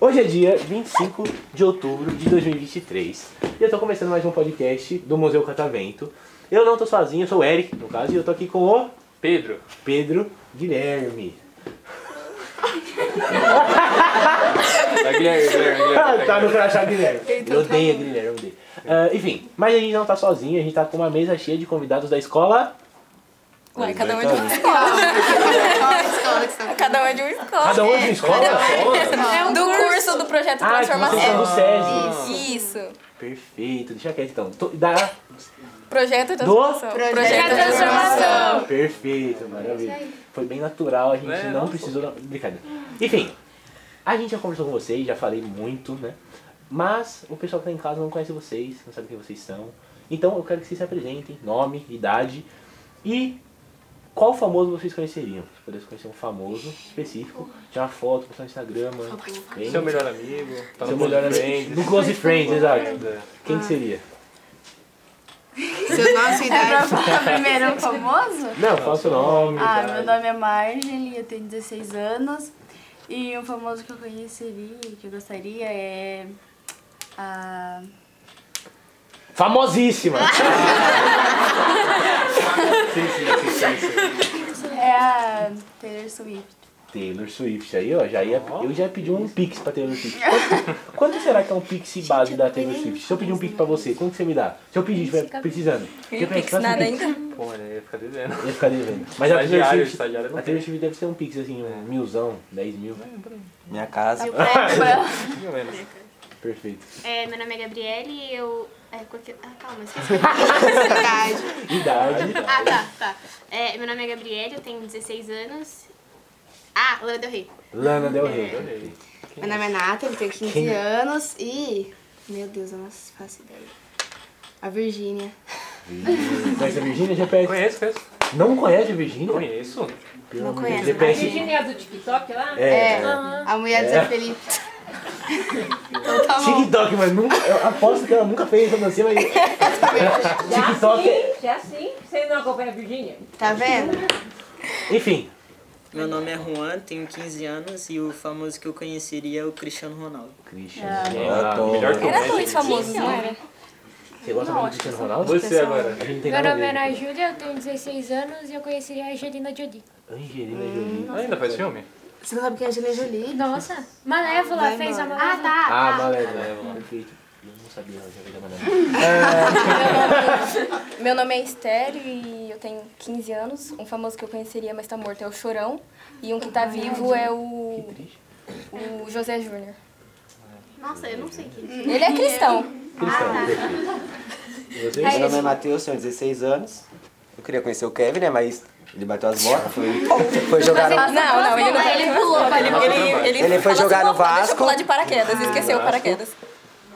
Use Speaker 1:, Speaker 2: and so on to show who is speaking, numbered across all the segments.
Speaker 1: Hoje é dia 25 de outubro de 2023 e eu tô começando mais um podcast do Museu Catavento. Eu não tô sozinho, eu sou o Eric, no caso, e eu tô aqui com o
Speaker 2: Pedro,
Speaker 1: Pedro Guilherme.
Speaker 2: tá Guilherme, Guilherme, Guilherme.
Speaker 1: tá no crachá Guilherme. Eu odeio a Guilherme, eu odeio. Ah, enfim, mas a gente não tá sozinho, a gente tá com uma mesa cheia de convidados da escola.
Speaker 3: Ué, cada um é de uma escola.
Speaker 4: tá
Speaker 3: Cada um é de uma escola.
Speaker 1: Cada um é de uma escola?
Speaker 3: É do curso do projeto
Speaker 1: Ah, que vocês são do
Speaker 3: Transformação.
Speaker 1: SESI.
Speaker 3: Isso.
Speaker 1: Perfeito, deixa quieto então. To- Da
Speaker 3: Projeto Transformação.
Speaker 1: Projeto
Speaker 3: Transformação.
Speaker 1: Perfeito, maravilha. Foi bem natural, a gente
Speaker 2: É,
Speaker 1: não
Speaker 2: nossa.
Speaker 1: precisou. da- Brincadeira. Enfim, a gente já conversou com vocês, já falei muito, né? Mas o pessoal que tá em casa não conhece vocês, não sabe quem vocês são. Então eu quero que vocês se apresentem, nome, idade e qual famoso vocês conheceriam. Se pudesse conhecer um famoso específico, tirar uma foto, postar no Instagram, mano. Bem,
Speaker 2: Seu melhor amigo, tá
Speaker 1: seu
Speaker 2: no
Speaker 1: melhor
Speaker 2: Close
Speaker 1: amigo.
Speaker 2: Friends.
Speaker 1: No Close Friends, exato.
Speaker 2: É.
Speaker 1: Quem que seria?
Speaker 4: Seu
Speaker 1: É
Speaker 4: nome, sua idade.
Speaker 5: Pra primeiro é um famoso?
Speaker 1: Não, fala seu nome.
Speaker 5: Ah,
Speaker 1: idade.
Speaker 5: meu nome é Marjorie, eu tenho 16 anos. E um famoso que eu conheceria, que eu gostaria é. A.
Speaker 1: Famosíssima!
Speaker 2: Sim, sim, sim, sim, sim.
Speaker 5: É a Taylor Swift.
Speaker 1: Taylor Swift aí, ó, já ia, eu já pedi um pix pra Taylor Swift. Quanto, quanto será que é um pix base da Taylor Swift? Se eu pedir um pix pra você, quanto que você me dá? Se eu pedir, estiver precisando.
Speaker 3: E
Speaker 1: eu
Speaker 3: Pix nada ainda.
Speaker 2: Pô, né, ia ficar devendo.
Speaker 1: Eu ia ficar devendo. Mas a Taylor
Speaker 2: Estagiário,
Speaker 1: Swift,
Speaker 2: estagiário não
Speaker 1: a Taylor Swift deve ser um pix assim, um milzão, 10 mil. Minha casa.
Speaker 2: Mais ou menos.
Speaker 1: Perfeito.
Speaker 6: É, meu nome é Gabriele e eu. É, qualquer... Ah, calma, esqueci.
Speaker 1: Idade.
Speaker 6: ah, tá, tá. É, meu nome é Gabriele, eu tenho 16 anos. Ah, Lana Del Rey.
Speaker 1: Lana Del Rey. perfeito.
Speaker 4: Meu nome é Nathalie, tenho 15
Speaker 1: Quem?
Speaker 4: anos e. Meu Deus, eu não faço ideia. A Virgínia.
Speaker 1: Conhece a Virgínia GPS?
Speaker 2: Conheço, conheço.
Speaker 1: Não conhece a Virgínia?
Speaker 2: Conheço.
Speaker 1: Pelo amor de
Speaker 4: conheço.
Speaker 1: Deus, GPS.
Speaker 7: Virginia é do TikTok lá?
Speaker 1: É.
Speaker 4: É,
Speaker 1: é.
Speaker 4: a mulher do Zé Felipe. Então tá bom.
Speaker 1: TikTok, mas nunca. Eu aposto que ela nunca fez essa dancinha, mas.
Speaker 7: Já
Speaker 1: TikTok é-
Speaker 7: sim, já sim. Você não acompanha a Virginia?
Speaker 4: Tá vendo?
Speaker 1: Enfim.
Speaker 8: Meu nome é Juan, tenho 15 anos e o famoso que eu conheceria é o Cristiano Ronaldo.
Speaker 1: Christian.
Speaker 3: Ah.
Speaker 2: Melhor
Speaker 3: Era
Speaker 2: comédia.
Speaker 3: dois famosos, é não era?
Speaker 1: Você gosta muito do Cristiano Ronaldo?
Speaker 2: Você agora.
Speaker 1: A gente não tem
Speaker 9: Meu
Speaker 1: nada a
Speaker 9: nome
Speaker 1: ver.
Speaker 9: era Júlia, eu tenho 16 anos e eu conheceria a Angelina Jolie.
Speaker 1: Angelina Jolie.
Speaker 3: Hum.
Speaker 2: Ainda faz filme?
Speaker 4: Você não sabe quem é a Angelina Jolie?
Speaker 9: Nossa, Malévola
Speaker 4: Vai
Speaker 9: fez
Speaker 4: embora. tá.
Speaker 9: a Malévola.
Speaker 6: tá.
Speaker 9: Ah,
Speaker 1: Ah, Malévola. Perfeito. Eu não sabia, eu já vi da Malévola.
Speaker 3: Meu nome é Estéreo e eu tenho 15 anos. Um famoso que eu conheceria, mas tá morto, é o Chorão. E um que tá vivo é o,
Speaker 1: triste.
Speaker 3: o José Júnior.
Speaker 6: Nossa, eu não sei quem. é.
Speaker 3: Ele é cristão.
Speaker 1: Cristão,
Speaker 3: Ah.
Speaker 1: perfeito. E você?
Speaker 9: Aí,
Speaker 10: Meu nome é Matheus, tenho 16 anos. Eu queria conhecer o Kevin, né? Mas ele bateu as botas, foi, foi jogar
Speaker 3: Não,
Speaker 10: no...
Speaker 3: não, ele não. Ele pulou. Ele,
Speaker 10: Ele foi
Speaker 3: falou assim,
Speaker 10: jogar no
Speaker 3: "Opa, Deixa eu
Speaker 10: Vasco."
Speaker 3: pular de paraquedas, esqueceu o paraquedas.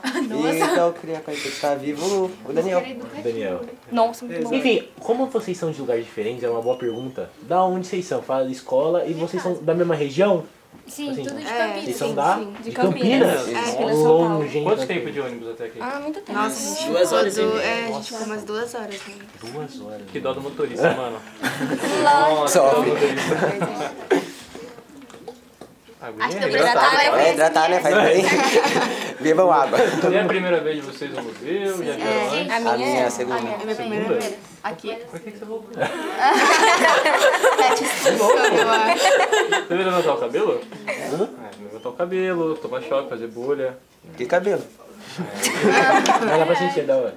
Speaker 10: E, então eu queria conhecer que está vivo o- o Daniel.
Speaker 1: Daniel.
Speaker 3: Nossa, muito
Speaker 10: é
Speaker 3: bom.
Speaker 1: Enfim, como vocês são de lugares diferentes, é uma boa pergunta. Da onde vocês são? Fala da escola e vocês são da mesma região?
Speaker 9: Sim,
Speaker 1: assim,
Speaker 9: tudo de
Speaker 4: é,
Speaker 1: Vocês
Speaker 9: Campinas.
Speaker 1: são da?
Speaker 3: sim, de Campinas.
Speaker 1: Vocês
Speaker 4: É,
Speaker 1: são
Speaker 3: Campinas, São Paulo.
Speaker 1: longe, hein?
Speaker 2: Quanto tempo de ônibus até aqui?
Speaker 3: Ah, muito tempo.
Speaker 4: Nossa, a gente
Speaker 8: Duas
Speaker 4: ficou
Speaker 8: horas e
Speaker 4: du-
Speaker 8: meia.
Speaker 4: É, a gente ficou umas duas horas. né?
Speaker 1: Duas horas.
Speaker 2: Que dó do motorista, mano.
Speaker 3: Lógico.
Speaker 10: Sofre.
Speaker 2: Ah,
Speaker 6: Acho que eu
Speaker 2: Agonia.
Speaker 6: preciso
Speaker 3: Hidratar,
Speaker 6: falar.
Speaker 3: né?
Speaker 10: Vai hidratar, né? Faz bem. Bebam água.
Speaker 2: É a primeira vez de vocês no museu? Já vieram antes?
Speaker 3: A
Speaker 10: A
Speaker 3: minha
Speaker 10: minha é
Speaker 3: é.
Speaker 10: a segunda.
Speaker 4: É minha É, primeira
Speaker 2: Segunda?
Speaker 4: vez. Aqui.
Speaker 2: Por que que você roubou?
Speaker 4: Sete anos, eu acho.
Speaker 2: Você vai levantar o cabelo? É, levantar o cabelo, tomar choque, fazer bolha.
Speaker 10: Que cabelo.
Speaker 1: Mas dá pra sentir, é da hora.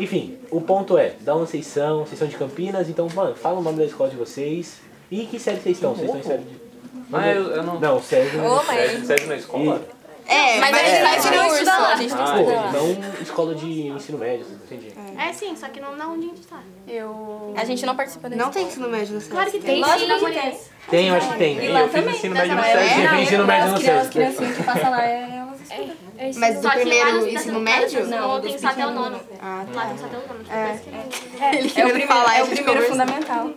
Speaker 1: Enfim, o ponto é, da onde vocês são? Vocês são de Campinas? Então, mano, fala o nome da escola de vocês. E em que série vocês estão? Vocês estão em série de...
Speaker 2: Ah, eu, eu não.
Speaker 1: Não, série de...
Speaker 10: é
Speaker 3: Ô,
Speaker 2: Sede,
Speaker 3: mãe.
Speaker 2: sede na escola?
Speaker 4: É,
Speaker 3: Mas a gente faz
Speaker 4: não
Speaker 3: curso,
Speaker 4: estuda lá.
Speaker 3: a gente tem que
Speaker 2: Ah,
Speaker 1: Pô,
Speaker 3: estudar lá.
Speaker 1: não escola de ensino médio. Entendi.
Speaker 6: É sim, só que não na onde a gente tá.
Speaker 5: Eu.
Speaker 3: A gente não participa desse.
Speaker 4: Não tem ensino médio no
Speaker 6: Claro que
Speaker 4: Sesc.
Speaker 6: tem,
Speaker 3: Lógico
Speaker 6: sim.
Speaker 3: que tem.
Speaker 1: Tem, eu acho que tem.
Speaker 3: E lá
Speaker 2: eu fiz
Speaker 3: também,
Speaker 2: ensino
Speaker 3: dessa
Speaker 2: médio no
Speaker 3: maneira.
Speaker 1: SESI,
Speaker 3: Não,
Speaker 1: eu fiz ensino médio no
Speaker 3: as crianças-
Speaker 1: SESI.
Speaker 3: As criancinhas que passam lá, elas estudam.
Speaker 9: É isso.
Speaker 4: Mas do
Speaker 6: Só que lá
Speaker 4: primeiro
Speaker 6: no-
Speaker 4: ensino
Speaker 6: no-
Speaker 4: médio?
Speaker 6: Não, tem só até o nono.
Speaker 4: Ah, é.
Speaker 6: Lá tem só até o nono. Depois que não-
Speaker 5: né?
Speaker 4: Ele
Speaker 3: É o
Speaker 4: queria
Speaker 3: primeiro,
Speaker 4: falar,
Speaker 3: é
Speaker 4: a
Speaker 3: o
Speaker 4: gente
Speaker 3: primeiro
Speaker 4: conversou.
Speaker 3: fundamental.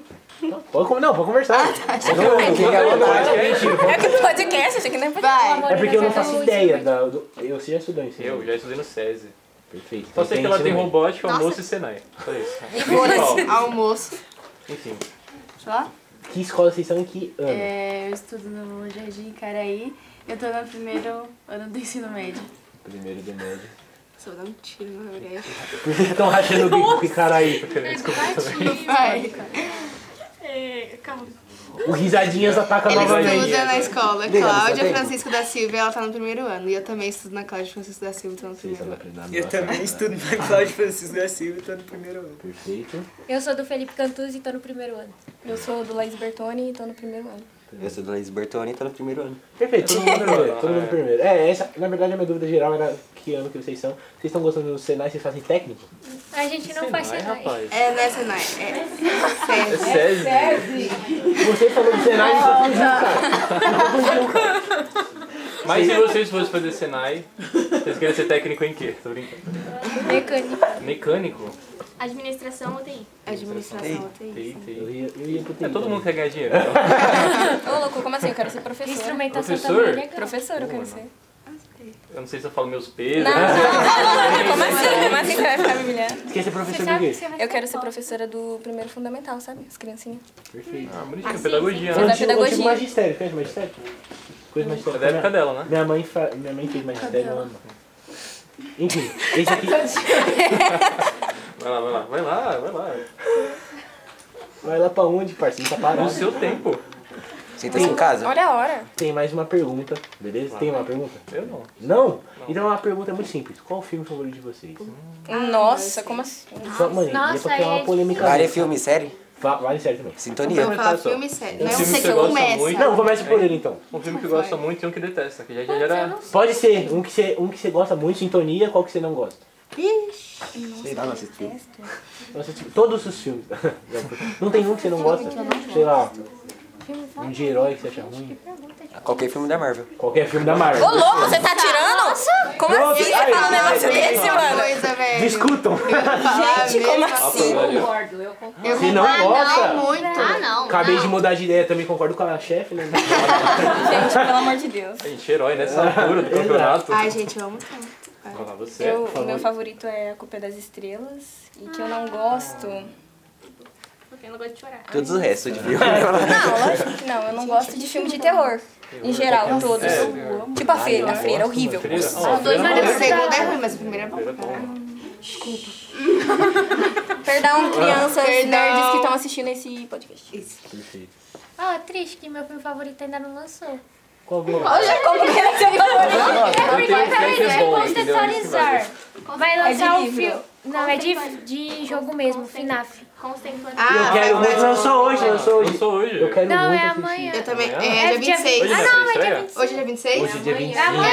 Speaker 1: Pode, com- não, pode conversar. Não, não,
Speaker 10: Fica à vontade.
Speaker 3: É que podcast, isso aqui não é podcast.
Speaker 4: Vai.
Speaker 1: É porque eu não faço ideia. Da, do, eu sei estudante.
Speaker 2: Eu já estudei no SESI.
Speaker 1: Perfeito.
Speaker 2: Só sei que ela tem
Speaker 1: roubado.
Speaker 2: robótica,
Speaker 6: Nossa.
Speaker 2: almoço e Senai. Só isso.
Speaker 6: E
Speaker 2: Principal.
Speaker 6: foda-se. Almoço.
Speaker 2: Enfim.
Speaker 5: Só?
Speaker 1: Que escola vocês são em que ano?
Speaker 5: É, eu estudo no Jardim Caraí. Eu tô no primeiro ano do ensino médio.
Speaker 1: Primeiro do médio.
Speaker 4: Só dá um tiro na orelha.
Speaker 1: Por que estão rachando o bico, que cara aí?
Speaker 4: Vai.
Speaker 6: É, calma.
Speaker 1: O Risadinhas ataca
Speaker 4: Ele
Speaker 1: novamente.
Speaker 4: estuda na escola
Speaker 10: Liga, você
Speaker 4: Cláudia
Speaker 10: tem?
Speaker 4: Francisco da Silva e ela tá no primeiro ano. E eu também estudo na Cláudia Francisco da Silva e tô assim, então no
Speaker 1: Vocês
Speaker 4: primeiro
Speaker 1: estão
Speaker 4: ano.
Speaker 1: aprendendo.
Speaker 8: Eu também estudo na Cláudio Francisco da Silva e tô no primeiro ano.
Speaker 1: Perfeito.
Speaker 9: Eu sou do Felipe Cantuzzi e tô no primeiro ano.
Speaker 3: Eu sou do Laís Bertoni e tô no primeiro ano.
Speaker 10: Eu sou do Laís Bertoni e tô no primeiro ano.
Speaker 1: Perfeito, todo mundo primeiro. Todo mundo
Speaker 2: É.
Speaker 1: primeiro. É, essa, na verdade, a minha dúvida geral era que ano que vocês são. Vocês estão gostando do Senai, vocês fazem técnico?
Speaker 9: A gente não faz Senai.
Speaker 2: rapaz.
Speaker 4: É, não é Senai. É
Speaker 2: É
Speaker 4: César.
Speaker 2: sério?
Speaker 1: Você falou do Senai, você confundiu, cara.
Speaker 2: Mas se vocês fossem fazer Senai, vocês queriam ser técnico em quê? Tô brincando.
Speaker 9: Mecânica.
Speaker 2: Mecânico?
Speaker 6: Administração ou TI?
Speaker 4: Administração, tem.
Speaker 2: TI,
Speaker 1: Eu
Speaker 2: TI.
Speaker 1: ia, eu ia pro
Speaker 2: É,
Speaker 1: técnico.
Speaker 2: todo mundo quer ganhar dinheiro. então.
Speaker 3: Ô, louco, como assim? Eu quero ser professora.
Speaker 9: Instrumentação
Speaker 2: Professor?
Speaker 9: também é legal.
Speaker 3: Professora, eu quero ser.
Speaker 2: Eu não sei se eu falo meus pesos.
Speaker 3: Não, não, como assim? Como assim que vai ficar me humilhando?
Speaker 1: Quer ser professor
Speaker 9: Você
Speaker 1: do
Speaker 9: sabe
Speaker 1: quê?
Speaker 9: que você vai
Speaker 3: Eu
Speaker 9: ser
Speaker 3: quero ser professora do primeiro fundamental, sabe? As criancinhas.
Speaker 1: Perfeito.
Speaker 2: Ah, bonitinho,
Speaker 6: Assim,
Speaker 2: pedagogia,
Speaker 9: é
Speaker 1: Eu
Speaker 3: da
Speaker 2: né?
Speaker 1: tive, eu tive
Speaker 3: pedagogia.
Speaker 1: magistério, fez magistério? Coisa
Speaker 2: É
Speaker 1: magistério.
Speaker 2: da época dela, né?
Speaker 1: Minha mãe, fa... Minha mãe fez magistério, eu amo. Enfim, esse aqui.
Speaker 2: Vai lá, vai lá, vai lá, vai lá.
Speaker 1: Vai lá pra onde, parceiro? Tá parado.
Speaker 2: No seu tempo.
Speaker 10: Senta-se em casa.
Speaker 3: Olha a hora.
Speaker 1: Tem mais uma pergunta, beleza? Tem uma pergunta?
Speaker 2: Eu não.
Speaker 1: Não? Então é uma pergunta muito simples. Qual o filme favorito de vocês?
Speaker 3: Nossa, como assim?
Speaker 1: Só, mano,
Speaker 9: Nossa,
Speaker 1: é pra criar uma
Speaker 9: é
Speaker 1: polêmica.
Speaker 10: Várias filme, série?
Speaker 1: Va- Vale sério também.
Speaker 10: Sintonia.
Speaker 4: Então fala filme e série. Não
Speaker 2: filme
Speaker 4: sei
Speaker 2: que
Speaker 4: que
Speaker 2: você gosta
Speaker 4: começa.
Speaker 2: muito.
Speaker 1: Não, começa por ele então.
Speaker 2: Um filme que gosta muito e um que detesta, que já, já era.
Speaker 1: Pode ser um que você, um que você gosta muito, sintonia, qual que você não gosta?
Speaker 10: Sei lá, não assisto filme.
Speaker 1: Nossa, tipo, todos os filmes. Não tem um que você não gosta? Sei lá. Um de herói que você acha ruim.
Speaker 10: Qualquer filme da Marvel.
Speaker 1: Qualquer filme da Marvel.
Speaker 3: Ô, louco, você tá tirando? Nossa! Como
Speaker 1: Nossa,
Speaker 3: assim
Speaker 1: ai,
Speaker 3: você
Speaker 6: É
Speaker 3: fala um
Speaker 1: ai,
Speaker 3: negócio
Speaker 1: ai,
Speaker 3: desse,
Speaker 4: Uma
Speaker 3: mano?
Speaker 4: coisa, velho.
Speaker 1: Discutam.
Speaker 4: Falar
Speaker 3: Gente,
Speaker 4: mesmo.
Speaker 3: como
Speaker 2: Sim.
Speaker 3: assim?
Speaker 7: Concordo, eu concordo.
Speaker 4: Eu
Speaker 1: Se não
Speaker 4: concordo
Speaker 1: gosta-
Speaker 4: muito.
Speaker 6: Ah, não.
Speaker 1: Acabei
Speaker 6: não.
Speaker 1: de mudar de ideia também, concordo com a chefe, né?
Speaker 3: Gente, pelo amor de Deus.
Speaker 2: Gente, herói nessa altura do campeonato.
Speaker 4: Ai, gente, eu amo tanto.
Speaker 2: Vai lá, você.
Speaker 3: Eu, o meu favorito é A Culpa é das Estrelas. E que eu Ah. não gosto.
Speaker 6: Porque eu não gosto de chorar.
Speaker 10: Todos os restos de filme.
Speaker 3: Não, lógico que não. Eu não gosto de filme de terror. Em geral, todos. Tipo a feira, a feira, horrível.
Speaker 2: Freira? Ó,
Speaker 9: dois
Speaker 2: Freira não.
Speaker 4: O segundo é ruim, mas o primeiro é bom.
Speaker 2: Freira é bom.
Speaker 3: Uhum. Perdão, crianças
Speaker 4: Perdão.
Speaker 3: nerds que estão assistindo esse podcast.
Speaker 1: Perfeito.
Speaker 9: Ah, triste que meu filme favorito ainda não lançou.
Speaker 1: Qual que é?
Speaker 3: Como que é seu favorito?
Speaker 2: Eu tenho um que é bom, entendeu?
Speaker 9: Contextualizar.
Speaker 4: É
Speaker 9: Vai lançar
Speaker 3: de
Speaker 9: um
Speaker 3: livro.
Speaker 9: filme. Não, é de, de jogo mesmo, FNAF.
Speaker 1: Eu
Speaker 6: Contemplando.
Speaker 4: Ah,
Speaker 1: quero muito,
Speaker 4: mas-
Speaker 1: lançou hoje, lançou
Speaker 2: Eu
Speaker 1: hoje.
Speaker 2: sou hoje.
Speaker 1: Eu quero
Speaker 9: Não,
Speaker 1: muito
Speaker 9: é
Speaker 1: assistir.
Speaker 9: amanhã.
Speaker 4: Eu também.
Speaker 9: É
Speaker 4: É, dia
Speaker 9: dia
Speaker 4: 26.
Speaker 2: Hoje
Speaker 9: Ah,
Speaker 2: é
Speaker 9: não, é
Speaker 2: estreia?
Speaker 9: dia
Speaker 4: Hoje é dia
Speaker 9: 26.
Speaker 4: 26?
Speaker 1: Hoje, dia 25.
Speaker 4: É amanhã.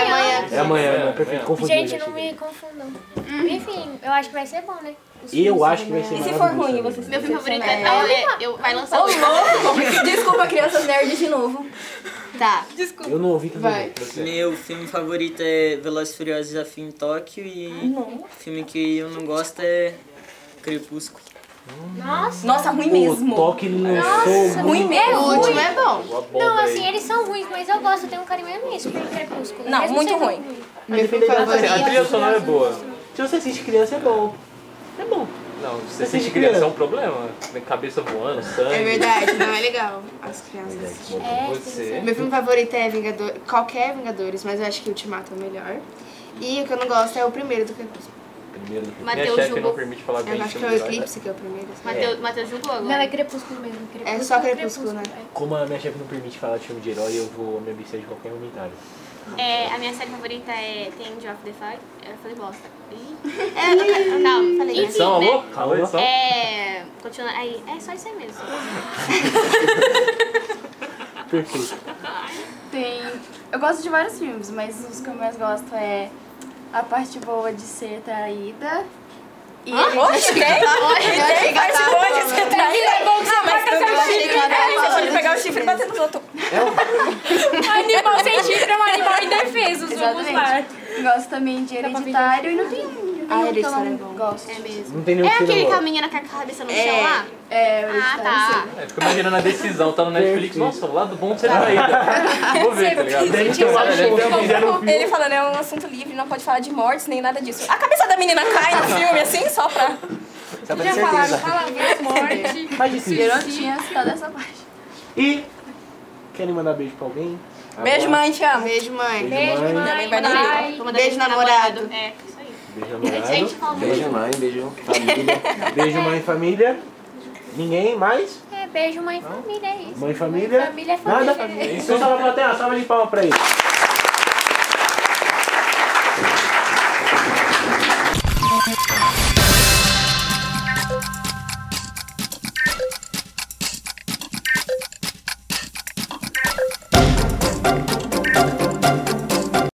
Speaker 1: É amanhã,
Speaker 2: É,
Speaker 1: não, perfeito.
Speaker 2: amanhã.
Speaker 1: Confundi.
Speaker 9: Gente,
Speaker 1: já
Speaker 9: não
Speaker 1: cheguei.
Speaker 9: me confundam.
Speaker 4: Uhum.
Speaker 9: Enfim, eu acho que vai ser bom, né?
Speaker 1: Eu acho que vai ser
Speaker 3: E se for
Speaker 1: maravilhoso.
Speaker 3: ruim, você se
Speaker 6: Meu filme favorito é,
Speaker 3: decepciona?
Speaker 6: é, eu Vai lançar hoje.
Speaker 3: Desculpa, crianças nerds de novo.
Speaker 4: Tá.
Speaker 1: Eu não ouvi tudo.
Speaker 4: Vai.
Speaker 2: Você.
Speaker 8: Meu filme favorito é Velozes e Furiosos Desafio em Tóquio e
Speaker 4: Ah,
Speaker 8: filme que eu não gosto é Crepúsculo.
Speaker 9: Nossa.
Speaker 3: Nossa, ruim
Speaker 1: O
Speaker 3: mesmo.
Speaker 1: toque lançou
Speaker 3: Ruim
Speaker 4: O
Speaker 3: mesmo?
Speaker 4: último é bom.
Speaker 2: Uma bomba
Speaker 9: Não, assim,
Speaker 2: aí.
Speaker 9: eles são ruins, mas eu gosto. Eu tenho um carinho imenso pelo Crepúsculo.
Speaker 3: Não,
Speaker 9: mesmo
Speaker 3: muito
Speaker 9: sendo
Speaker 3: ruim.
Speaker 4: Meu filme
Speaker 2: A
Speaker 4: favorito.
Speaker 2: trilha sonora é boa.
Speaker 1: Se você assiste criança, é bom. É bom.
Speaker 2: Não, você
Speaker 1: Assiste
Speaker 2: sente criança é um
Speaker 1: criança.
Speaker 2: problema. Minha Cabeça voando, sangue.
Speaker 4: É verdade, não é legal. As crianças.
Speaker 9: É,
Speaker 2: Você.
Speaker 4: Meu filme favorito é Vingador, qualquer Vingadores, mas eu acho que Ultimato é o melhor. E o que eu não gosto é o primeiro do Crepúsculo.
Speaker 1: Primeiro do
Speaker 2: Minha
Speaker 6: Mateus
Speaker 2: chefe não
Speaker 6: julgou.
Speaker 2: permite falar bem
Speaker 4: Eu
Speaker 2: de
Speaker 4: acho que é
Speaker 2: filme
Speaker 4: o
Speaker 2: de herói.
Speaker 4: Eclipse que é o primeiro. assim.
Speaker 6: Mateus, Mateus julgou agora.
Speaker 9: Não, é Crepúsculo mesmo. Crepúsculo,
Speaker 4: É só Crepúsculo, né?
Speaker 1: Como a minha chefe não permite falar de filme de herói, eu vou me abster de qualquer comentário.
Speaker 6: É, a minha série favorita é The End of the Fight. Eu falei bosta. Ih. É, eu quero- calma, falei.
Speaker 2: Edição,
Speaker 6: Enfim, né?
Speaker 2: alô? Alô, edição?
Speaker 6: É. Continua. Aí, é só isso aí mesmo.
Speaker 1: Perfeito.
Speaker 5: Tem. Eu gosto de vários filmes, mas os que eu mais gosto é A Parte Boa de Ser Traída. E ele-
Speaker 3: Oxe, quem?
Speaker 4: Eu achei que ela tava falando-
Speaker 3: Ainda é bom que você vai trocar
Speaker 4: eu
Speaker 3: o
Speaker 4: achei que ela
Speaker 3: chifre.
Speaker 4: tava
Speaker 3: Aí você
Speaker 4: falando
Speaker 3: pode pegar o
Speaker 4: de
Speaker 3: chifre e
Speaker 4: surpresa.
Speaker 3: bater nos outros.
Speaker 9: Animal sem chifre é um animal indefeso. Vamos lá.
Speaker 5: Exatamente. Gosto também de Hereditário e não tem um
Speaker 4: Ah,
Speaker 5: nenhum que eu
Speaker 4: Hereditário
Speaker 5: não
Speaker 4: é bom.
Speaker 5: gosto.
Speaker 6: É mesmo.
Speaker 1: Não tem nenhum
Speaker 6: é
Speaker 1: que
Speaker 6: aquele
Speaker 1: não-
Speaker 6: que a menina cai com a cabeça no
Speaker 4: É.
Speaker 6: chão lá?
Speaker 5: É, o
Speaker 6: Ah,
Speaker 5: Hereditário,
Speaker 6: tá.
Speaker 5: sim.
Speaker 2: É, fico imaginando a decisão, tá no Netflix, nossa, o lado bom de ser traída. Vou ver, tá ligado?
Speaker 1: Deve ter um lado bom que fizeram um
Speaker 3: Ele
Speaker 1: filme.
Speaker 3: falando, é um assunto livre, não pode falar de mortes nem nada disso. A cabeça da menina cai no filme, assim, só pra.
Speaker 10: Só pra
Speaker 9: Já
Speaker 10: ter
Speaker 9: falaram
Speaker 10: certeza.
Speaker 9: palavrão, morte.
Speaker 1: Mais
Speaker 5: Eu
Speaker 1: difícil.
Speaker 5: não tinha citado essa parte.
Speaker 1: E querem mandar beijo pra alguém?
Speaker 3: Beijo,
Speaker 1: Agora.
Speaker 3: mãe, te amo.
Speaker 4: Beijo, mãe.
Speaker 1: Beijo, mãe.
Speaker 9: mãe,
Speaker 3: vai dormir.
Speaker 9: pai.
Speaker 6: Vou mandar
Speaker 4: Beijo, namorado.
Speaker 6: É, isso aí.
Speaker 1: Beijo,
Speaker 6: A gente
Speaker 1: namorado.
Speaker 6: fala muito.
Speaker 10: Beijo, mãe. Beijo, família.
Speaker 1: Beijo, mãe e família. Ninguém mais?
Speaker 4: né?
Speaker 9: É, beijo, mãe e família, é isso.
Speaker 1: Mãe e família?
Speaker 9: Família é
Speaker 1: Nada? Então
Speaker 9: família.
Speaker 1: Isso. Pessoal da plateia, salva de palmas pra ele.